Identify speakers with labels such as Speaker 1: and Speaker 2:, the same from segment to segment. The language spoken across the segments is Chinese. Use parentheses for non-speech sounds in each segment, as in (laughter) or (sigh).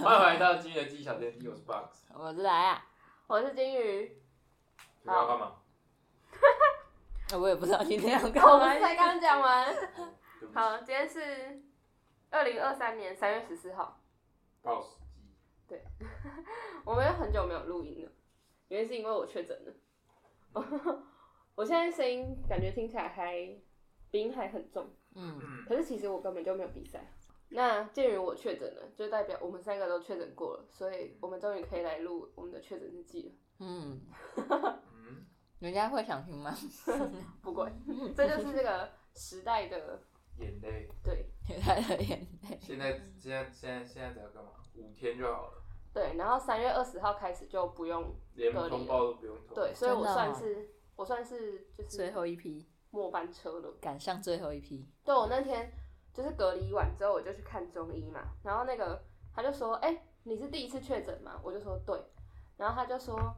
Speaker 1: 欢迎回到今天的技巧电梯，我是 Box，
Speaker 2: 我是来啊，
Speaker 3: 我是金鱼，
Speaker 1: 主要干嘛？
Speaker 2: 呃 (laughs) 我也不知道今天要干
Speaker 3: 哦我
Speaker 2: 嘛
Speaker 3: 们。才刚讲完。
Speaker 1: 哦对不起
Speaker 3: 好，今天是二零二三年三月十四号，
Speaker 1: ，Boss
Speaker 3: 我们有很久没有录音了，原因是因为我确诊了。 (laughs) 我现在声音感觉听起来还鼻音还很重，
Speaker 2: 嗯，
Speaker 1: 嗯，
Speaker 3: 可是其实我根本就没有比赛。那鉴于我确诊了，就代表我们三个都确诊过了，所以我们终于可以来录我们的确诊日记了。
Speaker 2: 嗯，
Speaker 1: 嗯，
Speaker 2: 人家会想听吗？ (laughs)
Speaker 3: 不管，这就是这个时代的
Speaker 1: 眼泪，
Speaker 3: 对
Speaker 2: 他的眼泪。
Speaker 1: 现在现在现在现在只要干嘛？五天就好了，
Speaker 3: 对。然后三月二十号开始就不用
Speaker 1: 连
Speaker 3: 隔离
Speaker 1: 通报都不用通。
Speaker 3: 对，，所以
Speaker 2: 真
Speaker 3: 我
Speaker 2: 的哦
Speaker 3: 算是我算是就是
Speaker 2: 最后一批，
Speaker 3: 末班车了。
Speaker 2: 赶上最后一批。
Speaker 3: 对我那天就是隔离完之后，我就去看中医嘛，然后那个他就说：“哎、你是第一次确诊吗？”我就说：“对。”然后他就说：“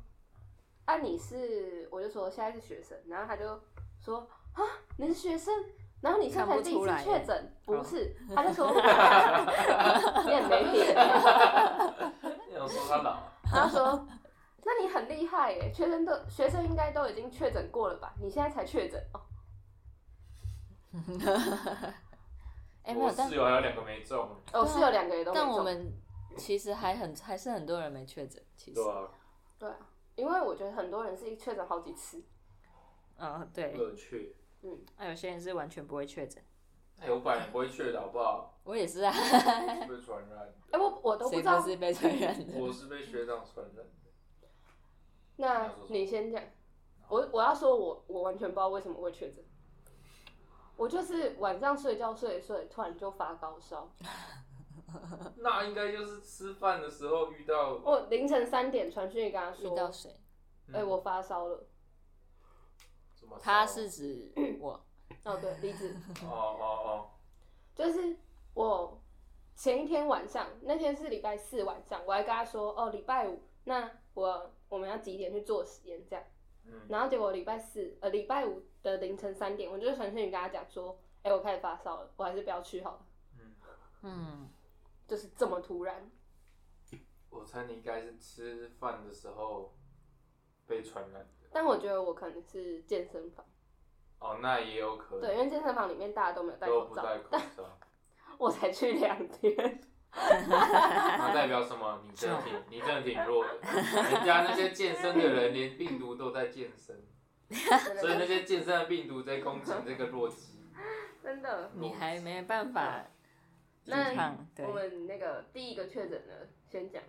Speaker 3: 啊，你是？”我就说：“现在是学生。”然后他就说：“啊，你是学生？”然后你现在才第一次确诊，
Speaker 2: 看
Speaker 3: 不
Speaker 2: 不出
Speaker 3: 是？他就
Speaker 2: (laughs)
Speaker 3: 说，你很没品。 (laughs)
Speaker 1: 那种说他老啊，
Speaker 3: 然后说，那你很厉害耶，学生都学生应该都已经确诊过了吧？你现在才确诊哦，
Speaker 2: (laughs) 哎、没
Speaker 1: 我
Speaker 2: 有，但
Speaker 1: 室友还有两个没中，
Speaker 3: 哦，是有两个也都没
Speaker 2: 啊但我
Speaker 3: 中
Speaker 2: 们其实还很还是很多人没确诊，其实
Speaker 1: 对。啊，
Speaker 3: 对啊，因为我觉得很多人是确诊好几次，
Speaker 2: 嗯、对。
Speaker 1: 恶趣。
Speaker 2: 那、有些人是完全不会确诊，
Speaker 1: 哎，我本来也不会去的好不好？
Speaker 2: 我也是啊，
Speaker 1: 被传染，
Speaker 3: 哎、我我都不
Speaker 2: 谁
Speaker 3: 知道
Speaker 2: 不。是被传染 (laughs) 的？
Speaker 1: 我是被学长传染的。
Speaker 3: 那你先讲，我我要说我我完全不知道为什么会确诊，我就是晚上睡觉睡一睡，突然就发高烧，
Speaker 1: 那应该就是吃饭的时候遇到，
Speaker 3: 我凌晨三点传讯息跟他
Speaker 2: 遇到
Speaker 3: 说，
Speaker 2: 谁？
Speaker 1: 嗯
Speaker 3: 哎、我发烧了，
Speaker 1: 什么烧？
Speaker 2: 他是指我，
Speaker 3: 哦对，离子，
Speaker 1: 哦哦
Speaker 3: 就是我前一天晚上，那天是礼拜四晚上，我还跟他说，哦礼拜五，那我我们要几点去做实验这样。
Speaker 1: 哦，嗯，
Speaker 3: 然后结果礼拜四呃礼拜五的凌晨三点，我就传讯息跟他讲说，哎、我开始发烧了，我还是不要去好了，
Speaker 1: 嗯
Speaker 2: 嗯，
Speaker 3: 就是这么突然。
Speaker 1: 我猜你应该是吃饭的时候被传染的。
Speaker 3: 但我觉得我可能是健身房，
Speaker 1: 哦，那也有可能。
Speaker 3: 对，因为健身房里面大家都没有戴
Speaker 1: 都
Speaker 3: 口
Speaker 1: 不
Speaker 3: 罩，
Speaker 1: 戴口
Speaker 3: (laughs)
Speaker 1: 罩，
Speaker 3: 我才去两天。
Speaker 1: 那代表什么？你真的挺，你真的挺弱的。人家那些健身的人连病毒都在健身，所以那些健身的病毒在攻击这个弱鸡。
Speaker 3: 真的，
Speaker 2: (laughs) 你还没办法抵
Speaker 3: 那
Speaker 2: 抗，对
Speaker 3: 我，们那个第一个确诊的先讲，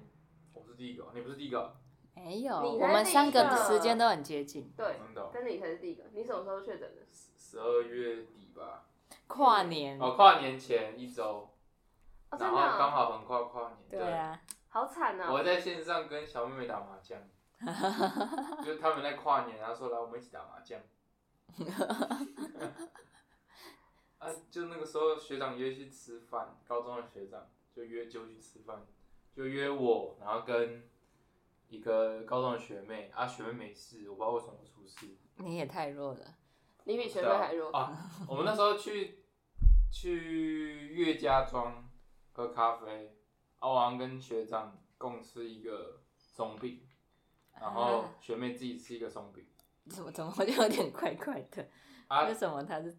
Speaker 1: 我是第一个，哦你不是第一个，
Speaker 2: 没有，
Speaker 3: 你才
Speaker 2: 我们三个
Speaker 3: 第一个
Speaker 2: 时间都很接近，
Speaker 3: 对，
Speaker 1: 真的哦。
Speaker 3: 跟你才是第一个，你什么时候确诊的？
Speaker 1: 十二月底吧，
Speaker 2: 跨年，
Speaker 1: 哦，跨年前一周，
Speaker 3: 哦，真
Speaker 1: 然
Speaker 3: 的
Speaker 1: 后刚
Speaker 3: 哦、
Speaker 1: 好很跨跨年。
Speaker 2: 对啊，
Speaker 3: 好惨啊！
Speaker 1: 我在线上跟小妹妹打麻将，就是他们在跨年，然后说来我们一起打麻将。啊，就那个时候学长约去吃饭，高中的学长就约就去吃饭，就约我，然后跟一个高中的学妹，啊学妹没事，我不知道为什么出事，
Speaker 2: 你也太弱了，
Speaker 3: 你比学妹还弱，
Speaker 1: 啊！我们那时候去去岳家庄喝咖啡，啊，我好像跟学长共吃一个松饼，然后
Speaker 2: 啊
Speaker 1: 学妹自己吃一个松饼。
Speaker 2: 怎么怎么我就有点怪怪的？
Speaker 1: 啊
Speaker 2: 为，什么他是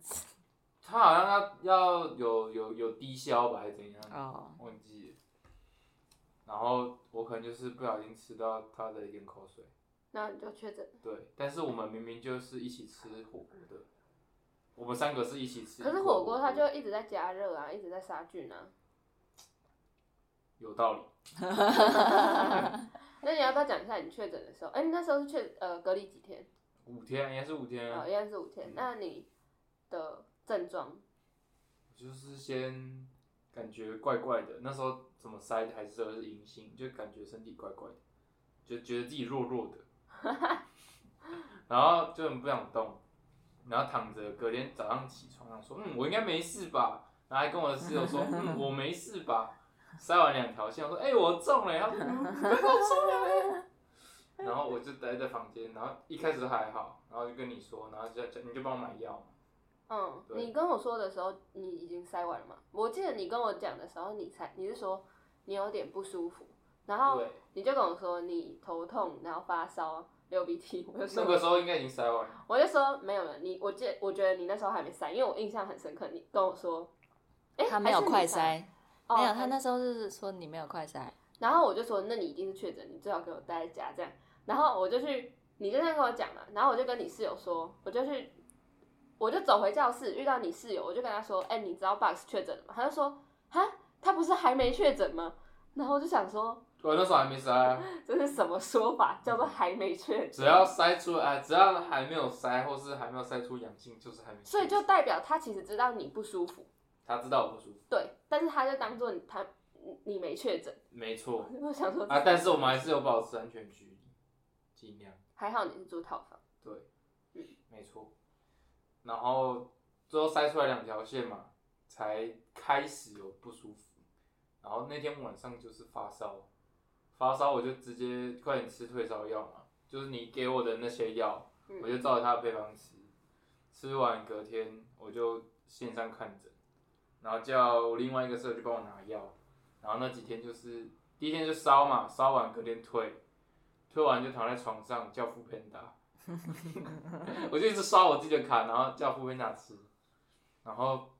Speaker 1: 她好像要要有有有低消吧，还是怎样？
Speaker 2: 哦？
Speaker 1: 忘记了。然后我可能就是不小心吃到她的眼口水，
Speaker 3: 然后你就确诊。
Speaker 1: 对。但是我们明明就是一起吃火锅的，我们三个是一起吃。
Speaker 3: 可是火锅它就一直在加热啊，一直在杀菌啊。
Speaker 1: 有道理。
Speaker 3: 那你要不要讲一下你确诊的时候？哎、你那时候是确呃隔离几天？
Speaker 1: 五天应该是五天啊
Speaker 3: 哦，应该是五天
Speaker 1: 嗯。
Speaker 3: 那你的症状？
Speaker 1: 就是先感觉怪怪的，那时候怎么塞还是都是阴性，就感觉身体怪怪的，就觉得自己弱弱的，然后就很不想动，然后躺着，隔天早上起床想说，嗯，我应该没事吧，然后还跟我的室友说，嗯，我没事吧，塞完两条线，我说，嗯哎、我中了，然后快跟我出来。然后我就待在房间，然后一开始都还好，然后就跟你说，然后就叫你就帮我买药嘛，
Speaker 3: 嗯，
Speaker 1: 对
Speaker 3: 你跟我说的时候，你已经塞完了吗？我记得你跟我讲的时候，你才你是说你有点不舒服，然后
Speaker 1: 对，
Speaker 3: 你就跟我说你头痛，然后发烧、流鼻涕，我就说
Speaker 1: 那个时候应该已经塞完了，
Speaker 3: 我就说没有了，你我记得我觉得你那时候还没塞，因为我印象很深刻，你跟我说，哎、
Speaker 2: 他没有
Speaker 3: 还是你
Speaker 2: 快筛，
Speaker 3: 哦
Speaker 2: 没有，他那时候是说你没有快筛，
Speaker 3: 然后我就说，那你一定是确诊，你最好给我待在家这样。然后我就去，你就这样跟我讲嘛，然后我就跟你室友说，我就去，我就走回教室，遇到你室友，我就跟他说，哎、你知道 Box 确诊了吗？他就说，哈，他不是还没确诊吗？然后我就想说，
Speaker 1: 我那时候还没塞
Speaker 3: (laughs)
Speaker 1: 啊，
Speaker 3: 这是什么说法，叫做还没确诊？
Speaker 1: 只要塞出来，只要还没有塞，或是还没有塞出阳性，就是还没。
Speaker 3: 所以就代表他其实知道你不舒服，
Speaker 1: 他知道我不舒服，
Speaker 3: 对，但是他就当做他你你没确诊。 (laughs)
Speaker 1: 没错
Speaker 3: 我想说，
Speaker 1: 啊，但是我们还是有保持安全距离，尽量。
Speaker 3: 还好你是住套房，
Speaker 1: 对，
Speaker 3: 嗯
Speaker 1: 没错。然后最后筛出来两条线嘛，才开始有不舒服。然后那天晚上就是发烧，发烧我就直接快点吃退烧药嘛，就是你给我的那些药，
Speaker 3: 嗯
Speaker 1: 我就照着他的配方吃。吃完隔天我就线上看诊，然后叫另外一个舍友去帮我拿药。然后那几天就是第一天就烧嘛，烧完隔天退，退完就躺在床上叫副片打，我就一直刷我自己的卡，然后叫副片打吃，然后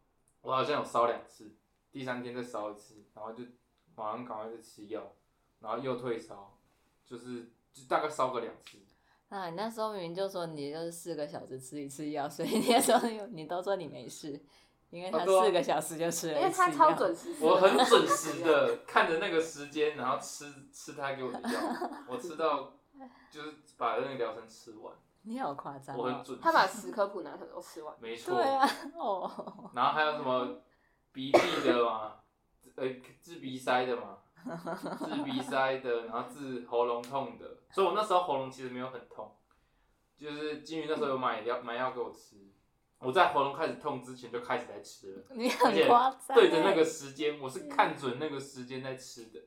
Speaker 1: 我好像有烧两次，第三天再烧一次，然后就马上赶快去吃药，然后又退烧，就是就大概烧个两次，
Speaker 2: 那啊你那时候明明就说你就是四个小时吃一次药，所以那时候你你都说你没事，因为
Speaker 1: 啊
Speaker 2: 他
Speaker 1: 对啊
Speaker 2: 四个小时就吃了
Speaker 3: 因为
Speaker 2: 一次药。
Speaker 3: 他超准时，
Speaker 1: 我很准时的看着那个时间，然后吃吃他给我的药，我吃到就是把那个疗程吃完，
Speaker 2: 你好夸张、
Speaker 1: 我很
Speaker 2: 哦。
Speaker 1: 准时，
Speaker 3: 他把十颗普拿疼都吃完。
Speaker 1: 没错，
Speaker 2: 对啊，
Speaker 1: (laughs)
Speaker 2: 哦，
Speaker 1: 然后还有什么鼻涕的嘛， (laughs) 呃，治鼻塞的嘛，治鼻塞的，然后治喉咙痛的。所以我那时候喉咙其实没有很痛，就是金鱼那时候有买药买药给我吃，我在喉咙开始痛之前就开始在吃了，
Speaker 2: 你
Speaker 1: 而且
Speaker 2: 很夸张、欸。
Speaker 1: 对着那个时间，我是看准那个时间在吃的。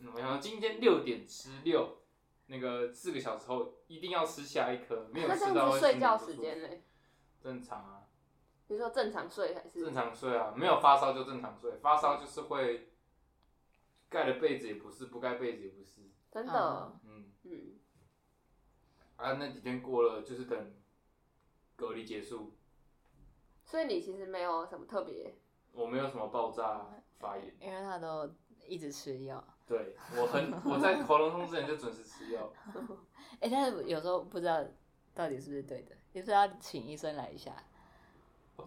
Speaker 1: 嗯，然后今天六点吃六，那个四个小时后一定要吃下一颗，没有
Speaker 3: 那这
Speaker 1: 吃到
Speaker 3: 样
Speaker 1: 会
Speaker 3: 子
Speaker 1: 心里
Speaker 3: 睡觉
Speaker 1: 不舒
Speaker 3: 时
Speaker 1: 服
Speaker 3: 间嘞？
Speaker 1: 正常啊。
Speaker 3: 你说正常睡还是
Speaker 1: 正？常睡啊，没有发烧就正常睡，发烧就是会盖了被子也不是，不盖被子也不是，
Speaker 3: 真的
Speaker 2: 啊，
Speaker 1: 嗯，
Speaker 3: 嗯，
Speaker 1: 啊那几天过了就是等隔离结束，
Speaker 3: 所以你其实没有什么特别，
Speaker 1: 我没有什么爆炸发炎，
Speaker 2: 因为他都一直吃药。
Speaker 1: 对我很我在喉咙痛之前就准时吃药，
Speaker 2: 哎、但是有时候不知道到底是不是对的，也是要请医生来一下。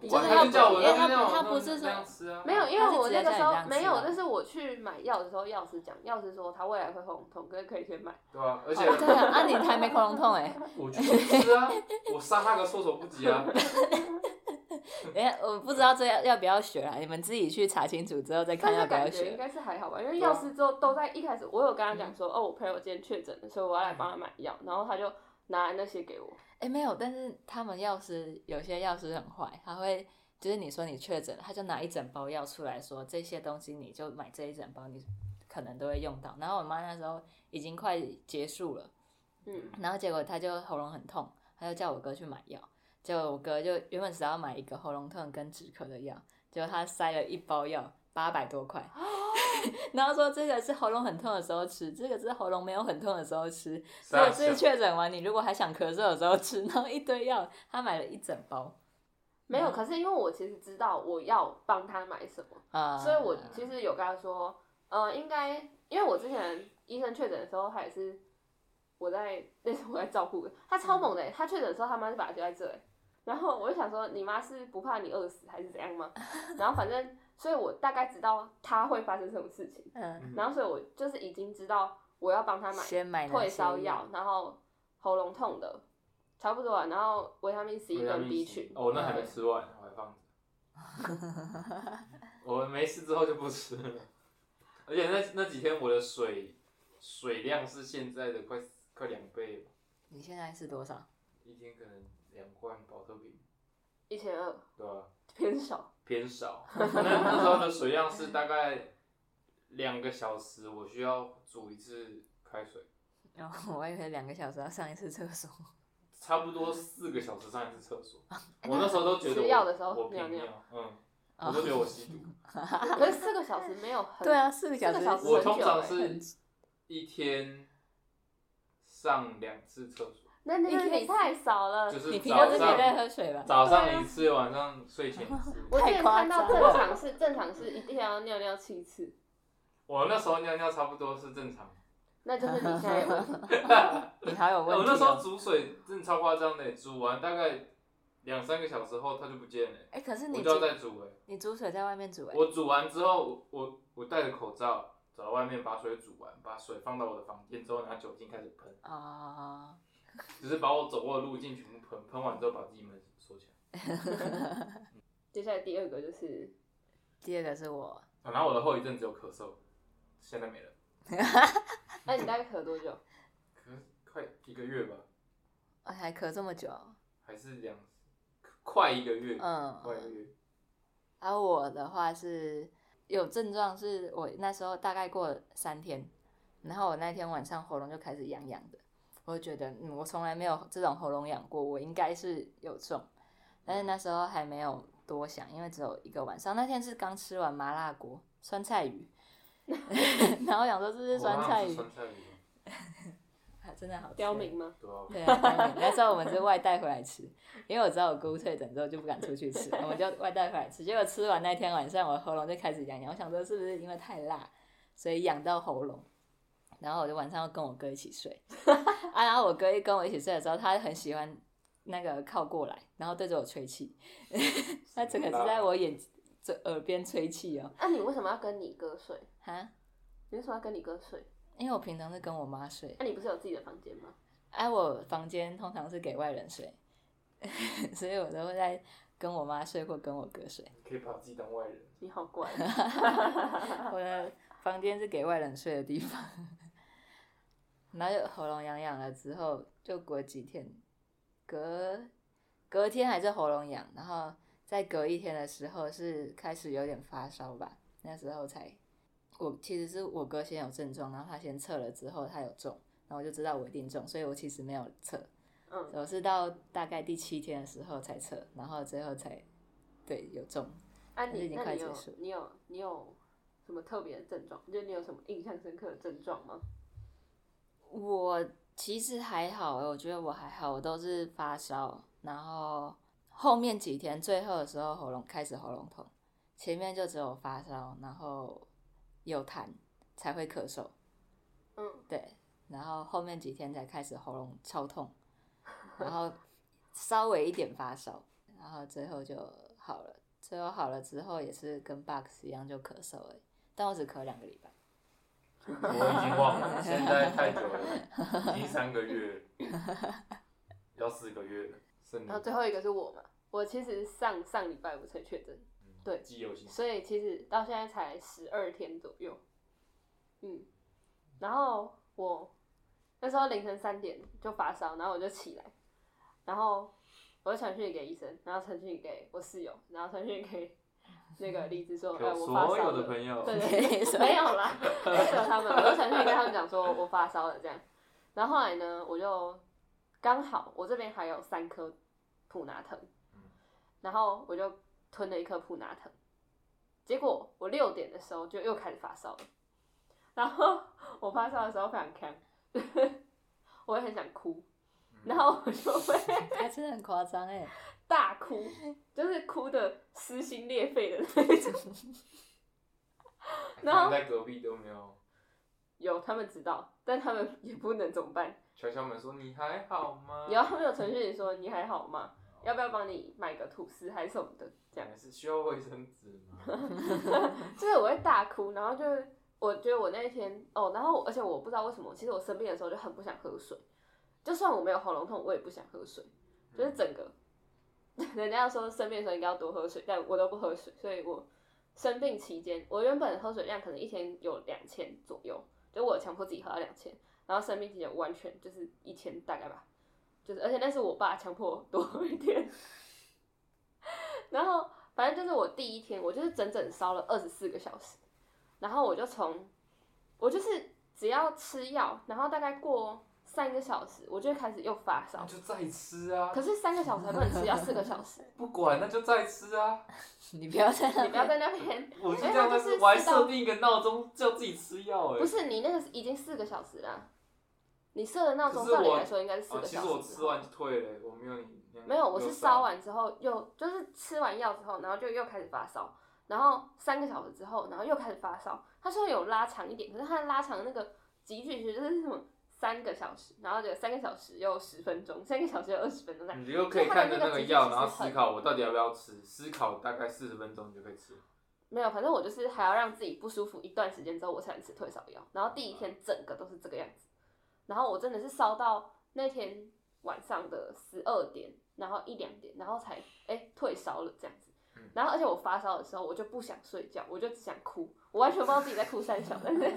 Speaker 1: 不管他就叫我
Speaker 2: 因为
Speaker 1: 那
Speaker 2: 他
Speaker 1: 那
Speaker 2: 他
Speaker 1: 我
Speaker 2: 不
Speaker 1: 那
Speaker 2: 是
Speaker 1: 那样吃啊，
Speaker 3: 没有，因为我那个时
Speaker 2: 嗯他
Speaker 3: 候
Speaker 2: 是直接叫你这样吃吗
Speaker 3: 没有，那是我去买药的时候，药师讲，药师说他未来会喉咙痛，可是可以先买。
Speaker 1: 对啊，而且
Speaker 2: 哦、对啊，啊你还没喉咙痛哎、欸？
Speaker 1: 我就去吃啊，我杀他个措手不及
Speaker 2: (laughs)
Speaker 1: 啊，
Speaker 2: 哎、我不知道这要要不要学啊？你们自己去查清楚之后再看要
Speaker 3: 但是
Speaker 2: 不要
Speaker 3: 感觉应
Speaker 2: 学。
Speaker 3: 该是还好吧，因为
Speaker 1: 啊
Speaker 3: 药师之后都在一开始，我有跟他
Speaker 1: 嗯
Speaker 3: 讲说，哦，我朋友今天确诊了，所以我要来帮他买药，然后他就拿那些给我，
Speaker 2: 哎、没有，但是他们药师有些药师很坏，他会就是你说你确诊了，他就拿一整包药出来说这些东西你就买这一整包，你可能都会用到。然后我妈那时候已经快结束了。
Speaker 3: 嗯，
Speaker 2: 然后结果他就喉咙很痛，他就叫我哥去买药。结果我哥就原本只要买一个喉咙痛跟止咳的药，结果他塞了一包药，八百多
Speaker 3: (laughs)
Speaker 2: 块。然后说这个是喉咙很痛的时候吃，这个是喉咙没有很痛的时候吃。所
Speaker 1: 啊
Speaker 2: 以这次确诊完，你如果还想咳嗽的时候吃，然后一堆药，他买了一整包。
Speaker 3: 没
Speaker 1: 嗯
Speaker 3: 有。可是因为我其实知道我要帮他买什么，
Speaker 2: 啊、
Speaker 3: 所以我其实有跟他说，呃，应该因为我之前医生确诊的时候，他也是我在那时候我在照顾的，他超猛的欸、他确诊的时候他妈就把他丢在这、欸，然后我就想说，你妈是不怕你饿死还是怎样吗？ (laughs) 然后反正，所以我大概知道他会发生什么事情，
Speaker 2: 嗯，
Speaker 1: 嗯
Speaker 3: 然后所以我就是已经知道我要帮他买
Speaker 2: 先买哪
Speaker 3: 嗯退
Speaker 2: 些
Speaker 3: 烧药，然后喉咙痛的，差不多啊，然后维他命 C
Speaker 1: 维他
Speaker 3: 跟
Speaker 1: 命
Speaker 3: B
Speaker 1: C
Speaker 3: 群，
Speaker 1: 哦，那还没吃完，我还放着。我没事之后就不吃了，而且那那几天我的水水量是现在的快快两倍吧，
Speaker 2: 你现在是多少？
Speaker 1: 一天可能两罐保特瓶，
Speaker 3: 一千二
Speaker 1: 对吧、
Speaker 3: 偏少， (laughs)
Speaker 1: 偏少。那那时候的水量是大概两个小时，我需要煮一次开水，
Speaker 2: 然后我以为两个小时要上一次厕所。 (laughs)
Speaker 1: 差不多四个小时上一次厕所。我那时候都觉得
Speaker 3: 吃药的时
Speaker 1: 我
Speaker 3: 候
Speaker 1: 我
Speaker 3: 尿
Speaker 1: 频
Speaker 3: 尿
Speaker 1: 尿，嗯，
Speaker 2: 哦
Speaker 1: 我都觉得我吸毒。
Speaker 3: 可是四个小时没有很
Speaker 2: 对啊，，四个小时
Speaker 3: 四个小时欸
Speaker 1: 我通常
Speaker 2: 很
Speaker 1: 是一天上两次厕所，
Speaker 3: 那那
Speaker 2: 因为
Speaker 3: 天
Speaker 2: 你
Speaker 3: 你太少了
Speaker 1: 就。
Speaker 2: 你
Speaker 1: 是
Speaker 2: 平常
Speaker 1: 早
Speaker 2: 自己在
Speaker 1: 上
Speaker 2: 喝水吧？
Speaker 1: 早
Speaker 3: 对啊
Speaker 1: 上一次，晚上睡前一次。
Speaker 3: 我之
Speaker 2: 太
Speaker 3: 前
Speaker 2: 夸
Speaker 3: 看到
Speaker 2: 张
Speaker 3: 正
Speaker 2: 了
Speaker 3: 常是正常是一定要尿尿七次，
Speaker 1: 我那时候尿尿差不多是正常。
Speaker 3: 那就是你现在有问题。
Speaker 2: (laughs) 你好有问
Speaker 1: 哎我
Speaker 2: 题、
Speaker 1: 那
Speaker 2: 哦。
Speaker 1: 时候煮水真的超夸张的，煮完大概两三个小时后它就不见了，
Speaker 2: 哎、可是
Speaker 1: 我
Speaker 2: 你
Speaker 1: 就要
Speaker 2: 煮
Speaker 1: 再煮哎。
Speaker 2: 你煮水在外面煮哎、
Speaker 1: 我煮完之后，我我我戴着口罩走到外面把水煮完，把水放到我的房间之后，拿酒精开始喷，
Speaker 2: 啊、
Speaker 1: 只是把我走过的路径全部喷，喷完之后把自己门锁起来。
Speaker 3: 接下来第二个就是
Speaker 2: 第二个是我
Speaker 1: 啊然后我的后遗症只有咳嗽，现在没了，
Speaker 3: 那、你大概咳
Speaker 2: (laughs)
Speaker 3: 多久？
Speaker 1: 可能快一个月吧，
Speaker 2: 哎还咳这么久，
Speaker 1: 还是两快一个月，
Speaker 2: 嗯
Speaker 1: 快一个月。
Speaker 2: 然后我的话是有症状，是我那时候大概过了三天，然后我那天晚上喉咙就开始痒痒的，我就觉得嗯，我从来没有这种喉咙痒过，我应该是有中，但
Speaker 1: 嗯
Speaker 2: 是那时候还没有多想，因为只有一个晚上，那天是刚吃完麻辣锅酸菜鱼， (laughs) 然后想说这是酸
Speaker 1: 哦我好
Speaker 2: 菜
Speaker 1: 像是
Speaker 2: 鱼，
Speaker 1: 酸菜鱼，
Speaker 2: 啊真的好吃
Speaker 3: 刁民吗？
Speaker 1: 对啊，
Speaker 2: 对啊，当年那时候我们是外带回来吃，因为我知道我姑确诊之后就不敢出去吃，我们就外带回来吃。结果吃完那天晚上，我喉咙就开始痒痒，我想说是不是因为太辣，所以痒到喉咙。然后我就晚上要跟我哥一起睡，啊，然后我哥一跟我一起睡的时候，他很喜欢那个靠过来，然后对着我吹气， (laughs) 他整个是在我眼这耳边吹气哦，
Speaker 3: 啊那、你为什么要跟你哥睡？
Speaker 2: 哈，
Speaker 3: 你为什么要跟你哥睡？啊
Speaker 2: 因为我平常是跟我妈睡，
Speaker 3: 那、你不是有自己的房间吗？
Speaker 2: 哎、我房间通常是给外人睡， (laughs) 所以我都会在跟我妈睡或跟我哥睡。
Speaker 1: 可以把自己当外人。
Speaker 3: 你好
Speaker 2: (laughs)
Speaker 3: 怪。
Speaker 2: 我的房间是给外人睡的地方。然后就喉咙痒痒了之后，就隔几天，隔隔天还是喉咙痒，然后再隔一天的时候是开始有点发烧吧，那时候才我其实是我哥先有症状，然后他先测了之后他有中，然后我就知道我一定中，所以我其实没有测，
Speaker 3: 嗯，
Speaker 2: 我是到大概第七天的时候才测，然后最后才对有中。 (laughs)
Speaker 3: 啊
Speaker 2: 还是已
Speaker 3: 你，
Speaker 2: 经
Speaker 3: 那
Speaker 2: 快
Speaker 3: 你
Speaker 2: 结
Speaker 3: 有
Speaker 2: 束
Speaker 3: 你有你有什么特别的症状？就你有什么印象深刻的症状吗？
Speaker 2: 我其实还好欸，我觉得我还好，我都是发烧，然后后面几天最后的时候喉咙开始喉咙痛，前面就只有发烧，然后有痰才会咳嗽，
Speaker 3: 嗯，
Speaker 2: 对，然后后面几天才开始喉咙超痛，然后稍微一点发烧，然后最后就好了。最后好了之后也是跟 Box 一样就咳嗽而已，但我只咳两个礼拜。
Speaker 1: 我已经忘了，现在太久了，已经三个月了，要四个月了，剩
Speaker 2: 哦
Speaker 3: 然后最后一个是我嘛，我其实上上礼拜五才确诊，对
Speaker 1: 记忆犹新。
Speaker 3: 所以其实到现在才十二天左右，嗯，然后我那时候凌晨三点就发烧，然后我就起来，然后我就传讯给医生，然后传讯给我室友，然后传讯给那个李子说，哎、
Speaker 1: 有
Speaker 3: 我发
Speaker 1: 所
Speaker 3: 烧
Speaker 1: 有的
Speaker 3: 了，
Speaker 1: 朋友，
Speaker 3: 对对对，没有啦，没有他们，我就传讯跟他们讲说我发烧了这样，然后后来呢，我就刚好我这边还有三颗普拿疼
Speaker 1: 嗯，
Speaker 3: 然后我就吞了一颗普拿疼，结果我六点的时候就又开始发烧了，然后我发烧的时候非常看， (laughs) 我也很想哭，
Speaker 1: 嗯
Speaker 3: 然后我就会
Speaker 2: 还真的很夸张哎，
Speaker 3: 大哭，就是哭的撕心裂肺的那种。 (laughs) 然
Speaker 1: 他们
Speaker 3: 后
Speaker 1: 在隔壁都没有
Speaker 3: 有他们知道，但他们也不能怎么办。
Speaker 1: 敲敲门说你还好吗？
Speaker 3: 然后他们有程序员说你还好吗？要不要帮你买个吐司还是什么的？这样，
Speaker 1: 还是需要卫生纸吗？
Speaker 3: 就是我会大哭，然后就是我觉得我那一天哦，然后我而且我不知道为什么，其实我生病的时候就很不想喝水，就算我没有喉咙痛，我也不想喝水， (laughs)
Speaker 1: 嗯
Speaker 3: 就是整个。 (laughs) 人家说生病的时候应该要多喝水，但我都不喝水，所以我生病期间，我原本喝水量可能一天有两千左右，就我有强迫自己喝到两千，然后生病期间完全就是一千大概吧，就是而且那是我爸强迫我多喝一点， (laughs) 然后反正就是我第一天，我就是整整烧了二十四个小时，然后我就从我就是只要吃药，然后大概过三个小时，我就会开始又发烧
Speaker 1: 那。就再吃啊
Speaker 3: 可，是三个小时还不能吃，要四个小时。
Speaker 1: 不管那就再吃啊。
Speaker 2: 你不要在那
Speaker 3: 你不要
Speaker 2: 边
Speaker 3: 在那边，
Speaker 1: 我就
Speaker 3: 没有啊
Speaker 1: 这样，
Speaker 3: 就
Speaker 1: 但
Speaker 3: 是
Speaker 1: 是我还
Speaker 3: 吃到
Speaker 1: 设定一个闹钟叫自己吃药哎、
Speaker 3: 不是你那个是已经四个小时啦。你设的闹钟
Speaker 1: 可是我
Speaker 3: 照理来说应该是四
Speaker 1: 哦，
Speaker 3: 个
Speaker 1: 其
Speaker 3: 小
Speaker 1: 实
Speaker 3: 时。
Speaker 1: 我吃完就退了、欸我没有你那样
Speaker 3: 没有，我
Speaker 1: 又
Speaker 3: 是烧完之后又就是吃完药之后，然后就又开始发烧，然后三个小时之后，然后又开始发烧。它虽然有拉长一点，可是它拉长的那个极具其实就是什么三个小时，然后就三个小时又十分钟，三个小时又二十分钟这
Speaker 1: 嗯
Speaker 3: 样。
Speaker 1: 你就可以看着那个
Speaker 3: 就它的那个
Speaker 1: 药，
Speaker 3: 其实
Speaker 1: 然后
Speaker 3: 是很
Speaker 1: 思考我到底要不要吃，思考大概四十分钟你就可以吃。
Speaker 3: 没有，反正我就是还要让自己不舒服一段时间之后，我才能吃退烧药。然后第一天整个都是这个样子，然后我真的是烧到那天晚上的十二点，然后一两点，然后才哎、退烧了这样子
Speaker 1: 嗯。
Speaker 3: 然后而且我发烧的时候，我就不想睡觉，我就只想哭，我完全不知道自己在哭三小，但是 (laughs)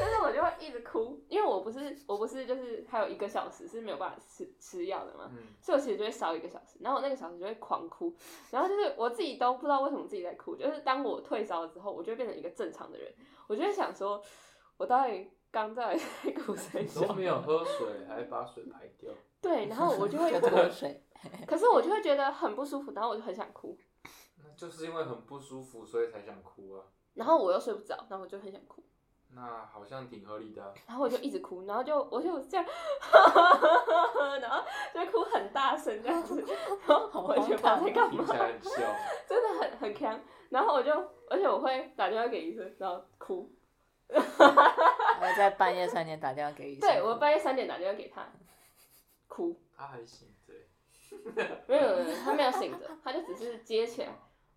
Speaker 3: 但是我就会一直哭，因为我不是我不是就是还有一个小时是没有办法吃吃药的嘛， (laughs)
Speaker 1: 嗯，
Speaker 3: 所以我其实就会少一个小时，然后我那个小时就会狂哭，然后就是我自己都不知道为什么自己在哭，就是当我退烧了之后，我就会变成一个正常的人，我就会想说，我到底刚在哭谁笑？
Speaker 1: 都没有喝水，还把水排掉。
Speaker 3: 对，然 (laughs) 后
Speaker 1: (laughs)
Speaker 3: 我就会
Speaker 2: 就脱水，
Speaker 3: 可是我就会觉得很不舒服，然后我就很想哭，
Speaker 1: 那就是因为很不舒服，所以才想哭啊。
Speaker 3: 然后我又睡不着，然后我就很想哭，
Speaker 1: 那好像挺合理的啊、
Speaker 3: 然后我就一直哭，然后就我就这样， (laughs) 然后就哭很大声这样子，
Speaker 1: (laughs)
Speaker 3: 然后我
Speaker 1: 啊
Speaker 3: 也不知道在干
Speaker 1: 听
Speaker 3: 嘛
Speaker 1: 起。来很笑。
Speaker 3: 真的很很强。然后我就，而且我会打电话给医生，然后哭。
Speaker 2: 我在半夜三点打电话给医生。
Speaker 3: 对我半夜三点打电话给他，哭。
Speaker 1: 他还醒着欸，
Speaker 3: 没有，没有没有他没有醒着，他就只是接起来。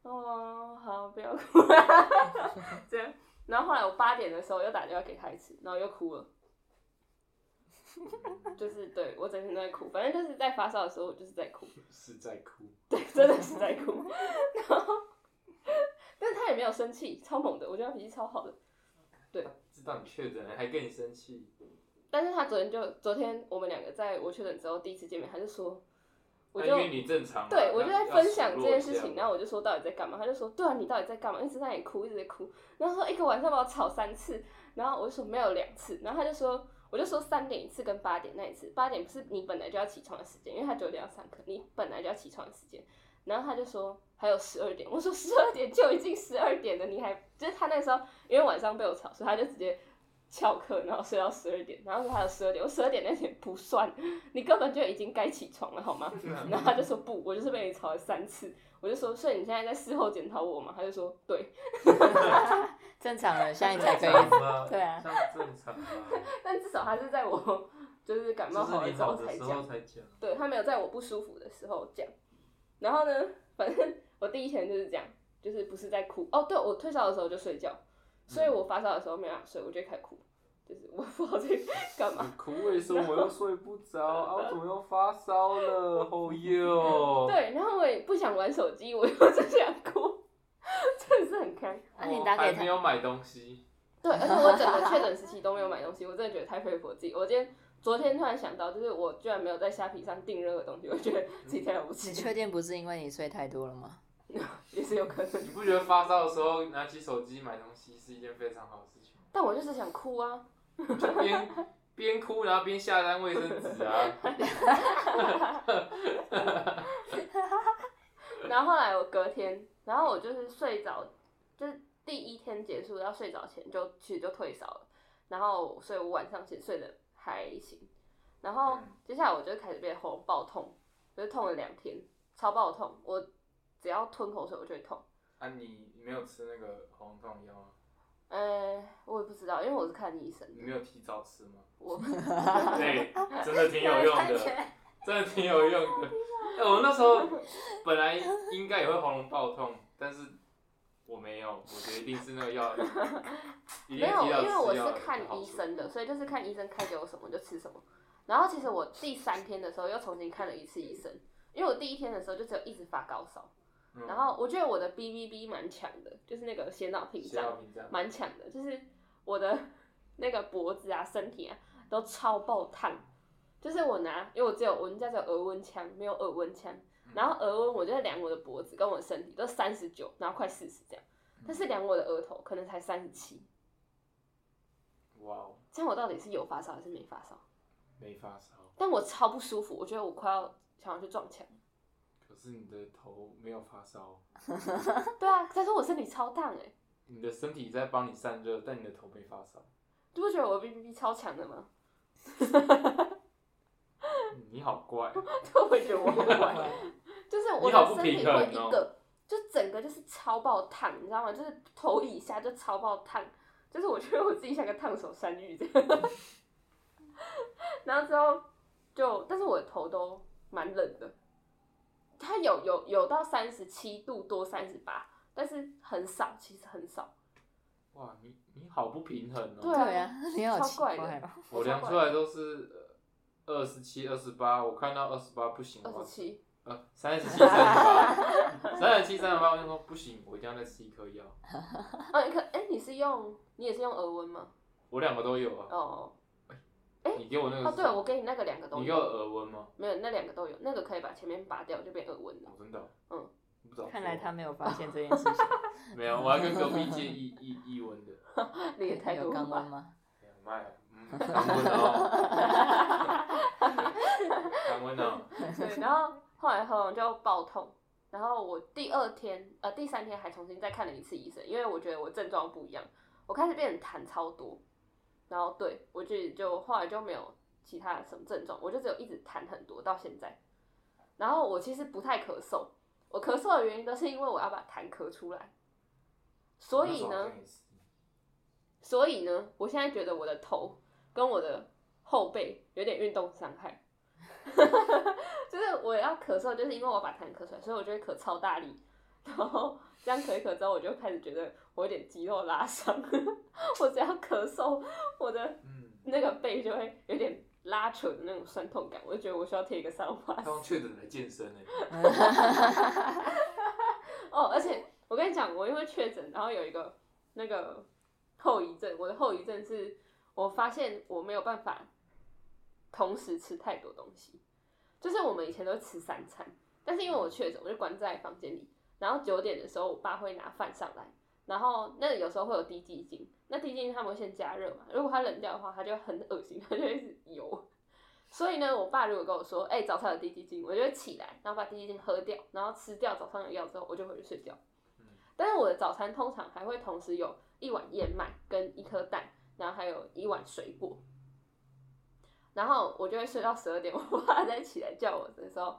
Speaker 3: 哦，好，不要哭。 (laughs) 这样。然后后来我八点的时候又打电话给他一次，然后又哭了。
Speaker 1: 欸
Speaker 3: 就是对我整天都在哭，反正就是在发烧的时候，我就是在哭， (laughs)
Speaker 1: 是在哭。
Speaker 3: 对，真的是在哭。 (laughs) 然后，但是他也没有生气，超猛的，我觉得他脾气超好的。
Speaker 1: 知道你确诊了，还跟你生气，
Speaker 3: 但是他昨天就昨天我们两个在我确诊之后第一次见面，他就说，我
Speaker 1: 那
Speaker 3: 就
Speaker 1: 呃因为你正常嘛。
Speaker 3: 对我就
Speaker 1: 那
Speaker 3: 在分享这件事情，然
Speaker 1: 要数落一下
Speaker 3: 后我就说到底在干嘛？他就说对啊，你到底在干嘛？一直在那里哭，一直在哭。然后说一个晚上把我吵三次，然后我就说没有两次，然后他就说我就说三点一次跟八点那一次，八点不是你本来就要起床的时间，因为他九点要上课，你本来就要起床的时间。然后他就说还有十二点，我说十二点就已经十二点了，你还就是他那时候因为晚上被我吵，所以他就直接翘课，然后睡到十二点，然后说还有十二点，我十二点那天不算，你根本就已经该起床了好吗？
Speaker 1: (laughs)
Speaker 3: 然后他就说不，我就是被你吵了三次，我就说所以你现在在事后检讨我吗？他就说对，
Speaker 2: 正常人 (laughs) 现在才可
Speaker 1: 正
Speaker 2: 以
Speaker 1: 常吗？
Speaker 2: 对啊
Speaker 1: 这样正常啊。
Speaker 3: 但至少他是在我 (laughs) 就是感冒
Speaker 1: 就是
Speaker 3: 好了
Speaker 1: 你
Speaker 3: 之后
Speaker 1: 好的
Speaker 3: 才
Speaker 1: 时
Speaker 3: 讲
Speaker 1: 候，才
Speaker 3: (laughs)
Speaker 1: 讲。
Speaker 3: 对他没有在我不舒服的时候讲。然后呢，反正我第一天就是这样，就是不是在哭哦，对我退烧的时候就睡觉，
Speaker 1: 嗯
Speaker 3: 所以我发烧的时候没办法睡，我就开始哭，就是我不
Speaker 1: (laughs)
Speaker 3: 知道在干嘛
Speaker 1: 你。哭为什么我又睡不着啊？我怎么又发烧了？哦哟，
Speaker 3: (laughs) 对，然后我也不想玩手机，我又 (laughs) 只想哭，真的是很开。
Speaker 2: 那啊你打
Speaker 1: 我
Speaker 2: 给
Speaker 1: 还
Speaker 2: 他
Speaker 1: 没有买东西，
Speaker 3: 对，而且我整个确诊时期都没有买东西，我真的觉得太佩服我自己。我今天昨天突然想到，就是我居然没有在虾皮上订任何东西，我觉得自己太了不
Speaker 2: 你
Speaker 3: 起，
Speaker 2: 确定不是因为你睡太多了吗？
Speaker 3: 也是有可能。
Speaker 1: 你不觉得发烧的时候拿起手机买东西是一件非常好的事情吗？
Speaker 3: 但我就是想哭啊，
Speaker 1: 就边 (laughs) 边哭然后边下单卫生纸啊，
Speaker 3: 然后后来我隔天，然后我就是睡着，就是第一天结束要睡着前就其实就退烧了，然后所以我晚上其实睡得还行，然后接下来我就开始变喉咙爆痛，就是痛了两天，超爆痛，我只要吞口水我就会痛。
Speaker 1: 啊你你没有吃那个喉咙痛药吗？
Speaker 3: 呃，我也不知道，因为我是看医生
Speaker 1: 啊你
Speaker 3: 的，
Speaker 1: 没有提早吃吗？
Speaker 3: 我
Speaker 1: (laughs) 对，真的挺有
Speaker 3: (laughs)
Speaker 1: 用的，真的挺有用的。 (laughs) 哎、我那时候本来应该也会喉咙爆痛，但是我没有，我觉得一定是那个
Speaker 3: (laughs)
Speaker 1: 药，一定
Speaker 3: 没有，
Speaker 1: 提早
Speaker 3: 因为我
Speaker 1: 吃药
Speaker 3: 是看
Speaker 1: 有好
Speaker 3: 医
Speaker 1: 处
Speaker 3: 生的，所以就是看医生开给我什么就吃什么。然后其实我第三天的时候又重新看了一次医生，因为我第一天的时候就只有一直发高烧，
Speaker 1: 嗯
Speaker 3: 然后我觉得我的 B B B 蛮强的，就是那个血脑屏
Speaker 1: 血
Speaker 3: 障
Speaker 1: 糖屏障
Speaker 3: 蛮强的，就是我的 (laughs) 那个脖子啊、身体啊都超爆烫，就是我拿，因为我只有我们家只有额温枪，没有耳温枪，然后额温我就在量我的脖子跟我的身体都三十九，然后快四十这样，但是量我的额头可能才三十七。
Speaker 1: 哇哦，哦
Speaker 3: 这样我到底是有发烧还是没发烧？
Speaker 1: 没发烧，
Speaker 3: 但我超不舒服，我觉得我快要想要去撞墙。
Speaker 1: 可是你的头没有发烧，
Speaker 3: 对啊，但是我身体超烫哎、
Speaker 1: 你的身体在帮你散热，但你的头没发烧，
Speaker 3: 你不觉得我 B B B 超强的吗？ (laughs)
Speaker 1: 你好怪，啊
Speaker 3: 我也觉得我很乖。就是我
Speaker 1: 你好
Speaker 3: 的
Speaker 1: 不
Speaker 3: 身体
Speaker 1: 平衡
Speaker 3: 会一
Speaker 1: 哦
Speaker 3: 个，就整个就是超爆烫，你知道吗？就是头以下就超爆烫，就是我觉得我自己像个烫手山芋这样。 (laughs) 然后之后就，但是我的头都蛮冷的，它有有有到三十七度多三十八，但是很少，其实很少。
Speaker 1: 哇，你你好不平衡哦。
Speaker 3: 对 (laughs)
Speaker 2: 对啊，你好
Speaker 3: 超
Speaker 2: 奇
Speaker 3: 怪
Speaker 2: 怪
Speaker 3: 的
Speaker 2: 哦。
Speaker 1: 我量出来都是呃二十七、二十八，我看到二十八不行，
Speaker 3: 二
Speaker 1: 我
Speaker 3: 十七，
Speaker 1: 呃三十七、三十八， (laughs) 三十七、三十八，我就说不行，我一定要再吃一颗药。
Speaker 3: 哦，你可哎、你是用你也是用额温吗？
Speaker 1: 我两个都有啊，
Speaker 3: 哦哎
Speaker 1: 你给我那个
Speaker 3: 哦，
Speaker 1: 是
Speaker 3: 对，我给你那个两个都
Speaker 1: 你给我
Speaker 3: 有，
Speaker 1: 耳温吗？
Speaker 3: 没有那两个都有，那个可以把前面拔掉就变额温
Speaker 1: (laughs)
Speaker 3: 了
Speaker 1: 我。真的哦，
Speaker 3: 嗯
Speaker 1: 我不知道。
Speaker 2: 看来他没有发现这件事情。
Speaker 1: 没有，我还跟隔壁借一一一温的，
Speaker 3: 你 (laughs) 也太
Speaker 2: 有
Speaker 3: 多了
Speaker 2: 肛温
Speaker 3: 吧？
Speaker 2: 吗？
Speaker 1: 没有卖了，
Speaker 3: (laughs)
Speaker 1: 嗯，糖温哦，糖温哦，
Speaker 3: 对，然后后来喉咙就爆痛，然后我第二天呃第三天还重新再看了一次医生，因为我觉得我症状不一样，我开始变得痰超多，然后对我自己就后来就没有其他什么症状，我就只有一直痰很多到现在，然后我其实不太咳嗽，我咳嗽的原因都是因为我要把痰咳出来，所以
Speaker 1: 那时候好
Speaker 3: 呢，
Speaker 1: 像也是，
Speaker 3: 所以呢，我现在觉得我的头跟我的后背有点运动伤害， (laughs) 就是我要咳嗽，就是因为我把痰咳出来，所以我就会咳超大力，然后这样咳一咳之后，我就开始觉得我有点肌肉拉伤， (laughs) 我只要咳嗽，我的
Speaker 1: 嗯，
Speaker 3: 那个背就会有点拉扯的那种酸痛感，我就觉得我需要贴一个 (laughs) 三花
Speaker 1: 他用确诊来健身诶，
Speaker 3: (laughs) 哦，而且我跟你讲，我因为确诊，然后有一个那个后遗症，我的后遗症是我发现我没有办法同时吃太多东西，就是我们以前都吃三餐，但是因为我确诊，我就关在房间里，然后九点的时候，我爸会拿饭上来，然后那有时候会有低鸡精，那低鸡精他们会先加热嘛，如果它冷掉的话，它就很恶心，它就一直油。所以呢，我爸如果跟我说，哎、早上有低鸡精，我就会起来，然后把低鸡精喝掉，然后吃掉早上有药之后，我就回去睡觉
Speaker 1: 嗯。
Speaker 3: 但是我的早餐通常还会同时有一碗燕麦跟一颗蛋，然后还有一碗水果，然后我就会睡到十二点，我爸再起来叫我的时候，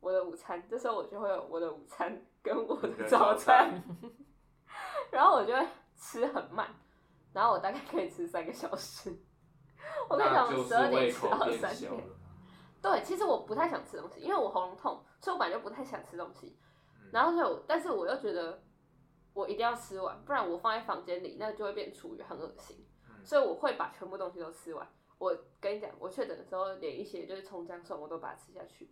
Speaker 3: 我的午餐，这时候我就会有我的午餐跟我
Speaker 1: 你
Speaker 3: 的
Speaker 1: 的
Speaker 3: 早
Speaker 1: 早
Speaker 3: 餐
Speaker 1: 餐，
Speaker 3: 然后我就会吃很慢，然后我大概可以吃三个小时。我跟你讲，
Speaker 1: 那
Speaker 3: 我
Speaker 1: 就是
Speaker 3: 十二点
Speaker 1: 胃
Speaker 3: 吃
Speaker 1: 口
Speaker 3: 到
Speaker 1: 变
Speaker 3: 三
Speaker 1: 小
Speaker 3: 点。
Speaker 1: 了。嗯
Speaker 3: 对，其实我不太想吃东西，因为我喉咙痛，所以我本来就不太想吃东西。
Speaker 1: 嗯
Speaker 3: 然后所以我，但是我又觉得我一定要吃完，不然我放在房间里，那就会变厨余，很恶心。
Speaker 1: 嗯
Speaker 3: 所以我会把全部东西都吃完。我跟你讲，我确诊的时候，连一些就是葱姜蒜我都把它吃下去。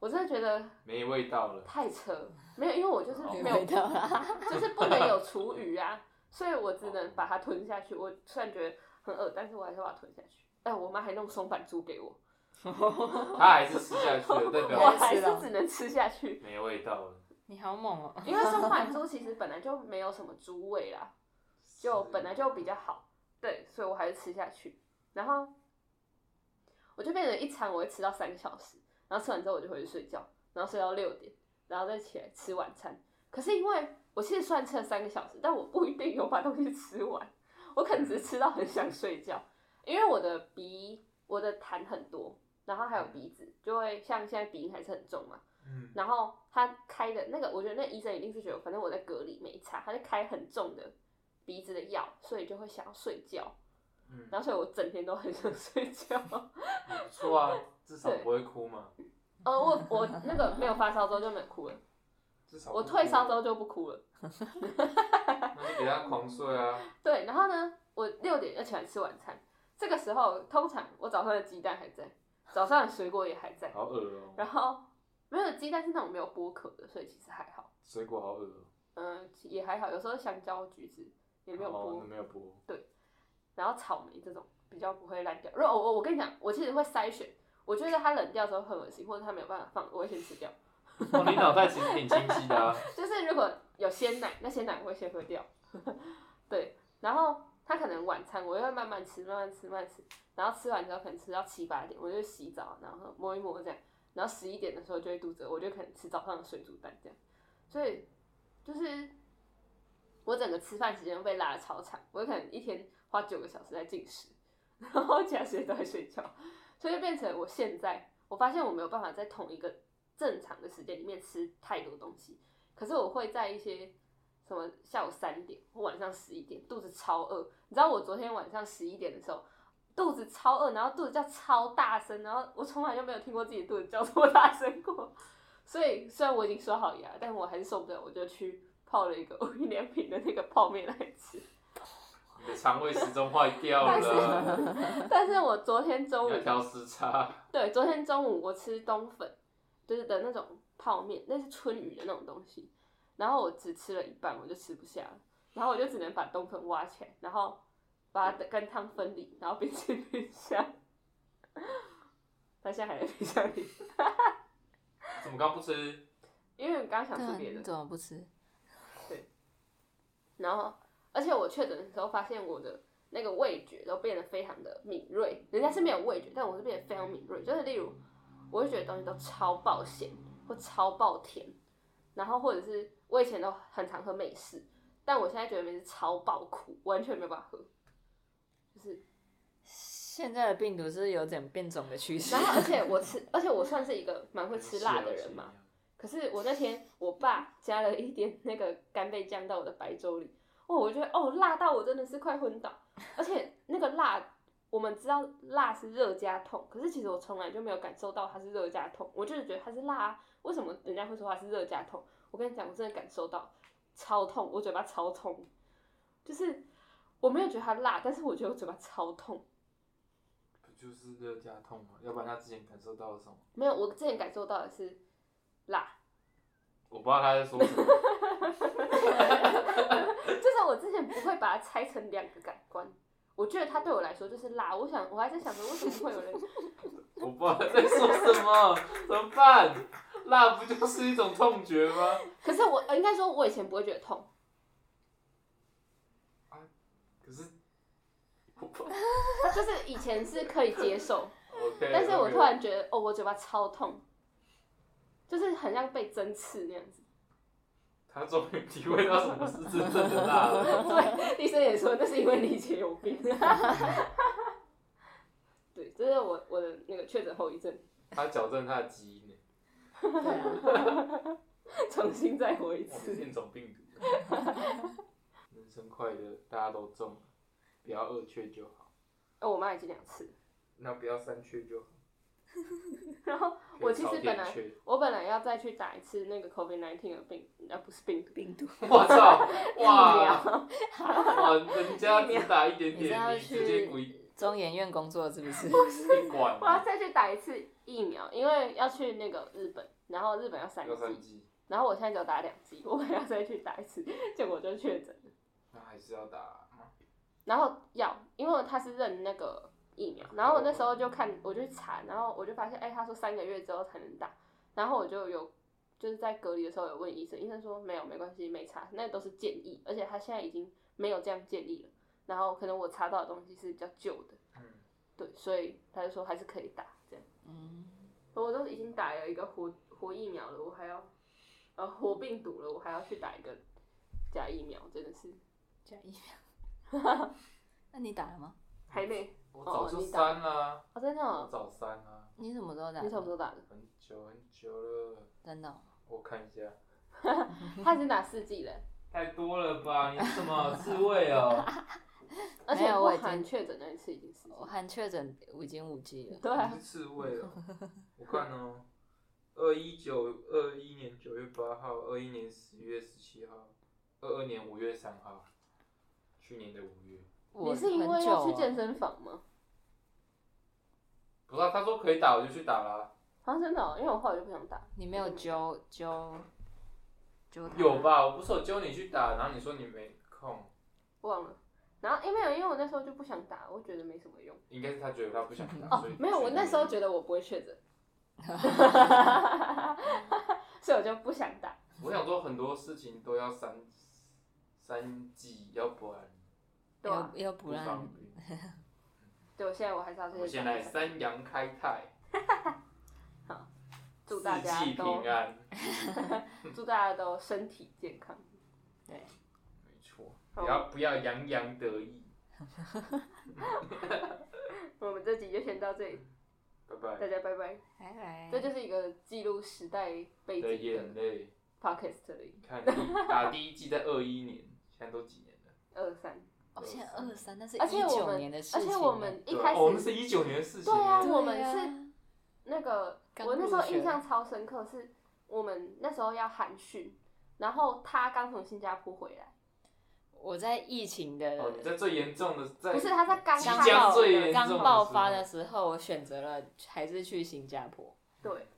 Speaker 3: 我真的觉得
Speaker 1: 没味道了，
Speaker 3: 太扯了，没有，因为我就是
Speaker 1: 哦
Speaker 3: 没有啊
Speaker 2: 味道啦。
Speaker 3: (laughs) 就是不能有厨余啊，所以我只能把它吞下去。我虽然觉得很饿，但是我还是把它吞下去。哎，我妈还弄松板猪给我，
Speaker 1: 他还是吃下去了，代
Speaker 2: 对
Speaker 3: (laughs) 我
Speaker 1: 表
Speaker 3: 还
Speaker 2: 还是
Speaker 3: 是
Speaker 2: 啦
Speaker 3: 只能吃下去，
Speaker 1: 没味道了。
Speaker 2: 你好猛 (laughs) 哦！
Speaker 3: 因为松板猪其实本来就没有什么猪味啦，就本来就比较好，对，所以我还是吃下去。然后我就变成一餐我会吃到三个小时，然后吃完之后我就回去睡觉，然后睡到六点，然后再起来吃晚餐。可是因为我其实虽然吃了三个小时，但我不一定有把东西吃完，我可能只是吃到很想睡觉，因为我的鼻我的痰很多，然后还有鼻子就会像现在鼻音还是很重嘛，
Speaker 1: 嗯，
Speaker 3: 然后他开的那个，我觉得那医生一定是觉得，反正我在隔离没差，他就开很重的鼻子的药，所以就会想要睡觉。
Speaker 1: 嗯，
Speaker 3: 然后所以我整天都很想睡觉。 (laughs)
Speaker 1: 也不错啊，至少不会哭嘛，
Speaker 3: 呃，我我那个没有发烧之后就没有哭了，
Speaker 1: 至少不
Speaker 3: 我
Speaker 1: 哭
Speaker 3: 退烧之后就不哭了。
Speaker 1: 那就给他狂睡啊，
Speaker 3: 对，然后呢，我六点就起来吃晚餐，这个时候通常我早上的鸡蛋还在，早上的水果也还在，
Speaker 1: 好恶哦、
Speaker 3: (laughs) 然后没有鸡蛋是那种没有剥壳的，所以其实还好，
Speaker 1: 水果好恶哦、
Speaker 3: 嗯、也还好，有时候香蕉、橘子也没有剥。
Speaker 1: 哦，没有
Speaker 3: (laughs)
Speaker 1: 剥，
Speaker 3: 然后草莓这种比较不会烂掉。如果我我跟你讲，我其实会筛选，我觉得它冷掉之后很恶心，或者它没有办法放，我会先吃掉。
Speaker 1: 哦你脑袋其实挺清晰的啊，
Speaker 3: (laughs) 就是如果有鲜奶，那鲜奶我会先喝掉。对，然后他可能晚餐我就会慢慢吃，慢慢吃，慢慢吃，然后吃完之后可能吃到七八点，我就洗澡，然后摸一摸这样，然后十一点的时候就会肚子饿，我就可能吃早上的水煮蛋这样，所以就是我整个吃饭时间都被拉的超长，我可能一天花九个小时在进食，然后其他时间都在睡觉，所以就变成我现在我发现我没有办法在同一个正常的时间里面吃太多东西，可是我会在一些什么下午三点或晚上十一点，肚子超饿。你知道我昨天晚上十一点的时候，肚子超饿，然后肚子叫超大声，然后我从来就没有听过自己肚子叫这么大声过。所以虽然我已经刷好牙，但我还是受不了，我就去泡了一个无印良品的那个泡面来吃。 (laughs)
Speaker 1: 你的肠胃时钟坏掉了，
Speaker 3: 但是我昨天中午
Speaker 1: 要挑时差。
Speaker 3: 对，昨天中午我吃冬粉，就是的那种泡面，那是春雨的那种东西。然后我只吃了一半，我就吃不下了，然后我就只能把冬粉挖起来，然后把它跟汤分离，然后冰进冰箱。 (laughs) 它现在还在冰箱里，
Speaker 1: 怎么刚不吃？
Speaker 3: 因为我刚想
Speaker 2: 对
Speaker 3: 吃
Speaker 2: 啊，
Speaker 3: 别的
Speaker 2: 你。怎么不吃？
Speaker 3: 然后，而且我确诊的时候发现我的那个味觉都变得非常的敏锐，人家是没有味觉，但我是变得非常敏锐。就是例如，我会觉得东西都超爆咸或超爆甜，然后或者是我以前都很常喝美式，但我现在觉得美式超爆苦，完全没有办法喝。就是，
Speaker 2: 现在的病毒是有点变种的趋势
Speaker 3: 然，后而且我吃，而且我算是一个蛮会吃辣的人嘛，可是我那天我爸加了一点那个干贝酱到我的白粥里，哦，我觉得哦辣到我真的是快昏倒，而且那个辣，我们知道辣是热加痛，可是其实我从来就没有感受到它是热加痛，我就是觉得它是辣、啊，为什么人家会说它是热加痛？我跟你讲，我真的感受到超痛，我嘴巴超痛，就是我没有觉得它辣，但是我觉得我嘴巴超痛。
Speaker 1: 不就是热加痛吗？要不然他之前感受到了什么？
Speaker 3: 没有，我之前感受到的是辣，
Speaker 1: 我不知道他在说什么。
Speaker 3: 就是我之前不会把它拆成两个感官，我觉得它对我来说就是辣。我想我还在想着为什么会有人，
Speaker 1: 我不知道他在说什么，怎么办？辣不就是一种痛觉吗？
Speaker 3: 可是我呃应该说我以前不会觉得痛，
Speaker 1: 可是，我不
Speaker 3: 就是以前是可以接受，
Speaker 1: OK。
Speaker 3: (laughs) 但是我突，然觉得哦，我嘴巴超痛，就是很像被针刺那样子。 (laughs)
Speaker 1: 他终于体会到什么是真正的辣了。
Speaker 3: 对，医生也说那是因为你姐有病。 (laughs) 对，这是我我的那个确诊后遗症，
Speaker 1: 他矫正他的基因呢，
Speaker 2: 对啊
Speaker 3: 重新再活一
Speaker 1: 我们
Speaker 3: 次。
Speaker 1: 变种病毒。人生快乐，大家都中了，不要二缺就好，
Speaker 3: 哦，我妈已经两次了。 (laughs)
Speaker 1: 那不要三缺就好。
Speaker 3: 然后我其实
Speaker 1: 可以朝
Speaker 3: 本
Speaker 1: 天
Speaker 3: 来
Speaker 1: 缺
Speaker 3: 我本来要再去打一次那个 COVID 1 9的病，啊不是病毒，
Speaker 2: 病毒。
Speaker 1: 我操！
Speaker 3: 疫 (laughs)
Speaker 1: 哇
Speaker 3: 苗。
Speaker 1: 哇，人家只打一点
Speaker 2: 你是
Speaker 1: 点，
Speaker 2: 要
Speaker 1: 你直接
Speaker 2: 去
Speaker 1: 鬼
Speaker 2: 中研院工作是不
Speaker 3: (laughs)
Speaker 2: 是？
Speaker 1: 一管
Speaker 3: 我要再去打一次疫苗，因为要去那个日本，然后日本要三
Speaker 1: 要三
Speaker 3: 剂，
Speaker 1: 剂，
Speaker 3: 然后我现在只有打两剂， (laughs) 我本来要再去打一次，结果就确诊。
Speaker 1: 那还是要打。
Speaker 3: 然后要，因为他是认那个疫苗，然后我那时候就看，我就去查，然后我就发现，哎、他说三个月之后才能打，然后我就有就是在隔离的时候有问医生，医生说没有，没关系，没查，那都是建议，而且他现在已经没有这样建议了，然后可能我查到的东西是比较旧的，
Speaker 1: 嗯，
Speaker 3: 对，所以他就说还是可以打这样。
Speaker 2: 嗯，
Speaker 3: 我都已经打了一个活活疫苗了，我还要呃活病毒了，我还要去打一个假疫苗，真的是
Speaker 2: 假疫苗。
Speaker 3: (laughs)
Speaker 2: 那你打了吗？
Speaker 3: 还没
Speaker 1: 我早就
Speaker 3: 哦你打
Speaker 1: 删啦，
Speaker 3: 哦，真的、
Speaker 1: 我
Speaker 3: 哦，
Speaker 1: 早删啦，
Speaker 2: 你什么时候打的？
Speaker 3: 你什么时候打的？
Speaker 1: 很久很久了，
Speaker 2: 真的哦、
Speaker 1: 我看一下，
Speaker 3: 他已经打四季了， (laughs)
Speaker 1: 太多了吧？你是什么刺猬哦？
Speaker 3: 而且
Speaker 2: 有
Speaker 3: 不
Speaker 2: 我已经
Speaker 3: 含确诊那一次已经四
Speaker 2: 我
Speaker 3: 季。
Speaker 2: 含确诊已经五 G 了。
Speaker 3: 对
Speaker 1: 你
Speaker 3: 啊
Speaker 1: 是，刺猬哦？我看哦，二一九二一年九月八号，二一年十月十七号，二二年五月三号，去年的五月。
Speaker 2: 我
Speaker 3: 你是因
Speaker 2: 很
Speaker 3: 为
Speaker 2: 久
Speaker 3: 要去
Speaker 2: 哦
Speaker 3: 健身房吗？
Speaker 1: 不是、啊，他说可以打，我就去打啦。
Speaker 3: 好像真的、哦，因为我后来就不想打。
Speaker 2: 你没有揪揪揪他
Speaker 1: 有？吧？我不是有揪你去打，然后你说你没空，
Speaker 3: 忘了。然后因为没有，因为我那时候就不想打，我觉得没什么用。
Speaker 1: 应该是他觉得他不想打，
Speaker 3: 哦
Speaker 1: 所以，
Speaker 3: 没有，我那时候
Speaker 1: 就
Speaker 3: 觉得我不会确诊， (laughs) 所以我就不想打。
Speaker 1: 我想说很多事情都要三三季，要不然
Speaker 3: 对啊，
Speaker 2: 有有补
Speaker 1: 不
Speaker 2: 烂
Speaker 1: 方，便。
Speaker 3: 对我现在我还是要
Speaker 1: 我
Speaker 3: 这些。
Speaker 1: 们先来三阳开泰，
Speaker 3: 祝大家
Speaker 1: 四季
Speaker 3: 都
Speaker 1: 平安。
Speaker 3: 祝大家都身体健康。
Speaker 2: 对，
Speaker 1: 没错，
Speaker 3: 好
Speaker 1: 不要不要洋洋得意，
Speaker 3: 我们这集就先到这里，
Speaker 1: 拜
Speaker 3: 大
Speaker 1: 拜。
Speaker 3: 家拜拜。
Speaker 2: 拜拜。
Speaker 3: 这就是一个记录时代背
Speaker 1: 的
Speaker 3: 景
Speaker 1: 眼
Speaker 3: 的
Speaker 1: 泪，
Speaker 3: podcast 而已，
Speaker 1: 你看第打第一季在二一年，现在都几年了？
Speaker 3: 二三。
Speaker 2: 哦，现在二三，那是
Speaker 3: 而且
Speaker 2: 一
Speaker 3: 我
Speaker 2: 九
Speaker 3: 们
Speaker 2: 年的事
Speaker 3: 而
Speaker 2: 情了。
Speaker 3: 且我们一
Speaker 1: 对
Speaker 3: 开
Speaker 1: 哦，我们
Speaker 3: 始
Speaker 1: 是一九年的事情
Speaker 3: 对啊
Speaker 1: 耶。
Speaker 2: 对
Speaker 3: 我们
Speaker 2: 啊
Speaker 3: 是那个，
Speaker 2: 刚
Speaker 3: 我那时
Speaker 2: 入
Speaker 3: 候
Speaker 2: 学
Speaker 3: 印象超深刻，是我们那时候要寒训，然后他刚从新加坡回来，
Speaker 2: 我在疫情的
Speaker 1: 哦，你在最严重的，在
Speaker 3: 不是他在刚
Speaker 1: 即
Speaker 3: 开
Speaker 1: 将
Speaker 3: 始
Speaker 1: 最严重
Speaker 2: 刚
Speaker 1: 的
Speaker 2: 爆
Speaker 1: 时
Speaker 2: 发
Speaker 1: 候
Speaker 2: 的时候，我选择了还是去新加坡。
Speaker 3: 对，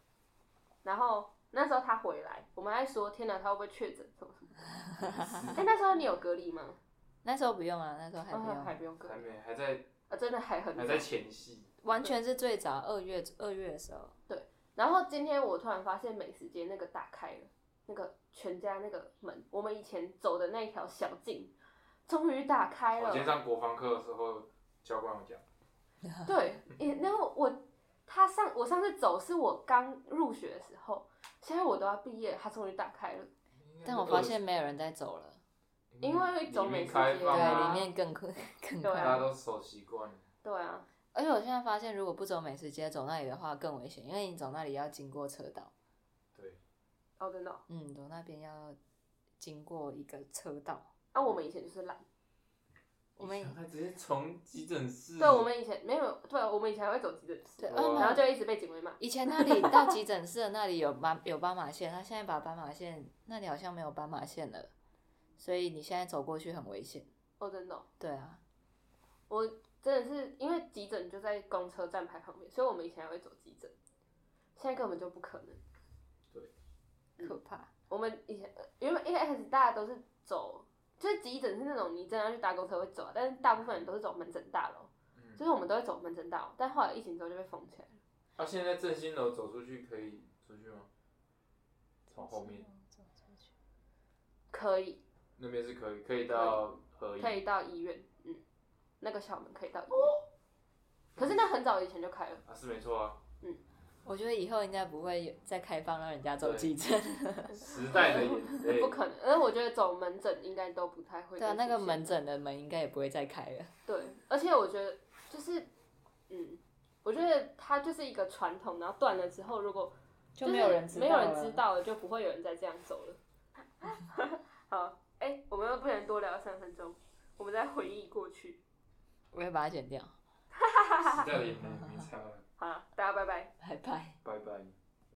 Speaker 3: 然后那时候他回来，我们还说天哪，他会不会确诊什么什么的？
Speaker 2: (laughs)
Speaker 3: 哎、那时候你有隔离吗？
Speaker 2: 那时候不用啊，那时候还不
Speaker 3: 哦还
Speaker 2: 用，
Speaker 3: 不用隔
Speaker 1: 还
Speaker 3: 离，
Speaker 1: 没，还在
Speaker 3: 啊，真的还很
Speaker 1: 还在前戏。
Speaker 2: 完全是最早二月二月的时候。
Speaker 3: 然后今天我突然发现美食街那个打开了，那个全家那个门，我们以前走的那一条小径，终于打开
Speaker 1: 我
Speaker 3: 了
Speaker 1: 今。天哦上国防课的时候，教官有讲，
Speaker 3: 对，也然后我他上我上次走是我刚入学的时候，现在我都要毕业，他终于打开了。
Speaker 2: 但我发现没有人在走了，
Speaker 3: 因为走
Speaker 1: 里面
Speaker 3: 美食
Speaker 1: 开
Speaker 3: 街
Speaker 1: 放
Speaker 3: 对
Speaker 1: 啊
Speaker 2: 对，里面更快 (laughs) 更
Speaker 3: 对
Speaker 1: 大
Speaker 3: 啊
Speaker 1: 家
Speaker 2: 快。
Speaker 1: 都熟习惯了。
Speaker 3: 对啊，
Speaker 2: 而且我现在发现，如果不走美食街走那里的话更危险，因为你走那里要经过车道，
Speaker 1: 对，
Speaker 3: 哦真的哦、
Speaker 2: 嗯，走那边要经过一个车道。
Speaker 3: 啊我们以前就是懒，
Speaker 2: 我们
Speaker 1: 他直接从急诊室，
Speaker 3: 对我们以前没有，对我们以前还会走急诊室
Speaker 2: 对，，
Speaker 1: 嗯哇
Speaker 2: 哦，
Speaker 3: 然后就一直被警卫骂。
Speaker 2: 以前那
Speaker 1: (laughs)
Speaker 2: 里到急诊室的那里有斑有斑马线，他现在把斑马线那里好像没有斑马线了，所以你现在走过去很危险。
Speaker 3: 哦真的哦、
Speaker 2: 对啊，
Speaker 3: 我真的是因为急诊就在公车站牌旁边，所以我们以前还会走急诊，现在根本就不可能。
Speaker 2: 可怕。
Speaker 1: 嗯
Speaker 3: 我们以前呃原本一开始大家都是走，就是急诊是那种你真的要去搭公车会走啊，但是大部分人都是走门诊大楼，
Speaker 1: 嗯
Speaker 3: 就是我们都会走门诊大楼，但后来疫情之后就被封起来了。
Speaker 1: 啊，现在振兴楼走出去可以出去吗？从后面
Speaker 2: 啊
Speaker 3: 可以，
Speaker 1: 那边是可以，可以到合一，
Speaker 3: 可以到医院，嗯，那个小门可以到医院。可是那很早以前就开了，
Speaker 1: 啊，是没错啊，
Speaker 2: 我觉得以后应该不会再开放让人家走急 (laughs) 诊。
Speaker 1: 时代的
Speaker 3: (laughs)
Speaker 1: 眼泪
Speaker 3: 不。可能。而我觉得走门诊应该都不太会。
Speaker 2: 对啊，那个门。诊的门应该也不会再开了。
Speaker 3: 对，而且我觉得就是，嗯，我觉得它就是一个传统，然后断了之后，如果
Speaker 2: 就是没有人知道
Speaker 3: 没有人
Speaker 2: 了
Speaker 3: 知道了，就不会有人再这样走了。 (laughs) 好，哎、我们又不能多聊三分钟，我们再回忆过去。
Speaker 2: 我会把它剪掉，
Speaker 1: 时代的眼泪，没差了，
Speaker 3: 好，大家拜拜。
Speaker 2: 拜拜。
Speaker 1: 拜拜。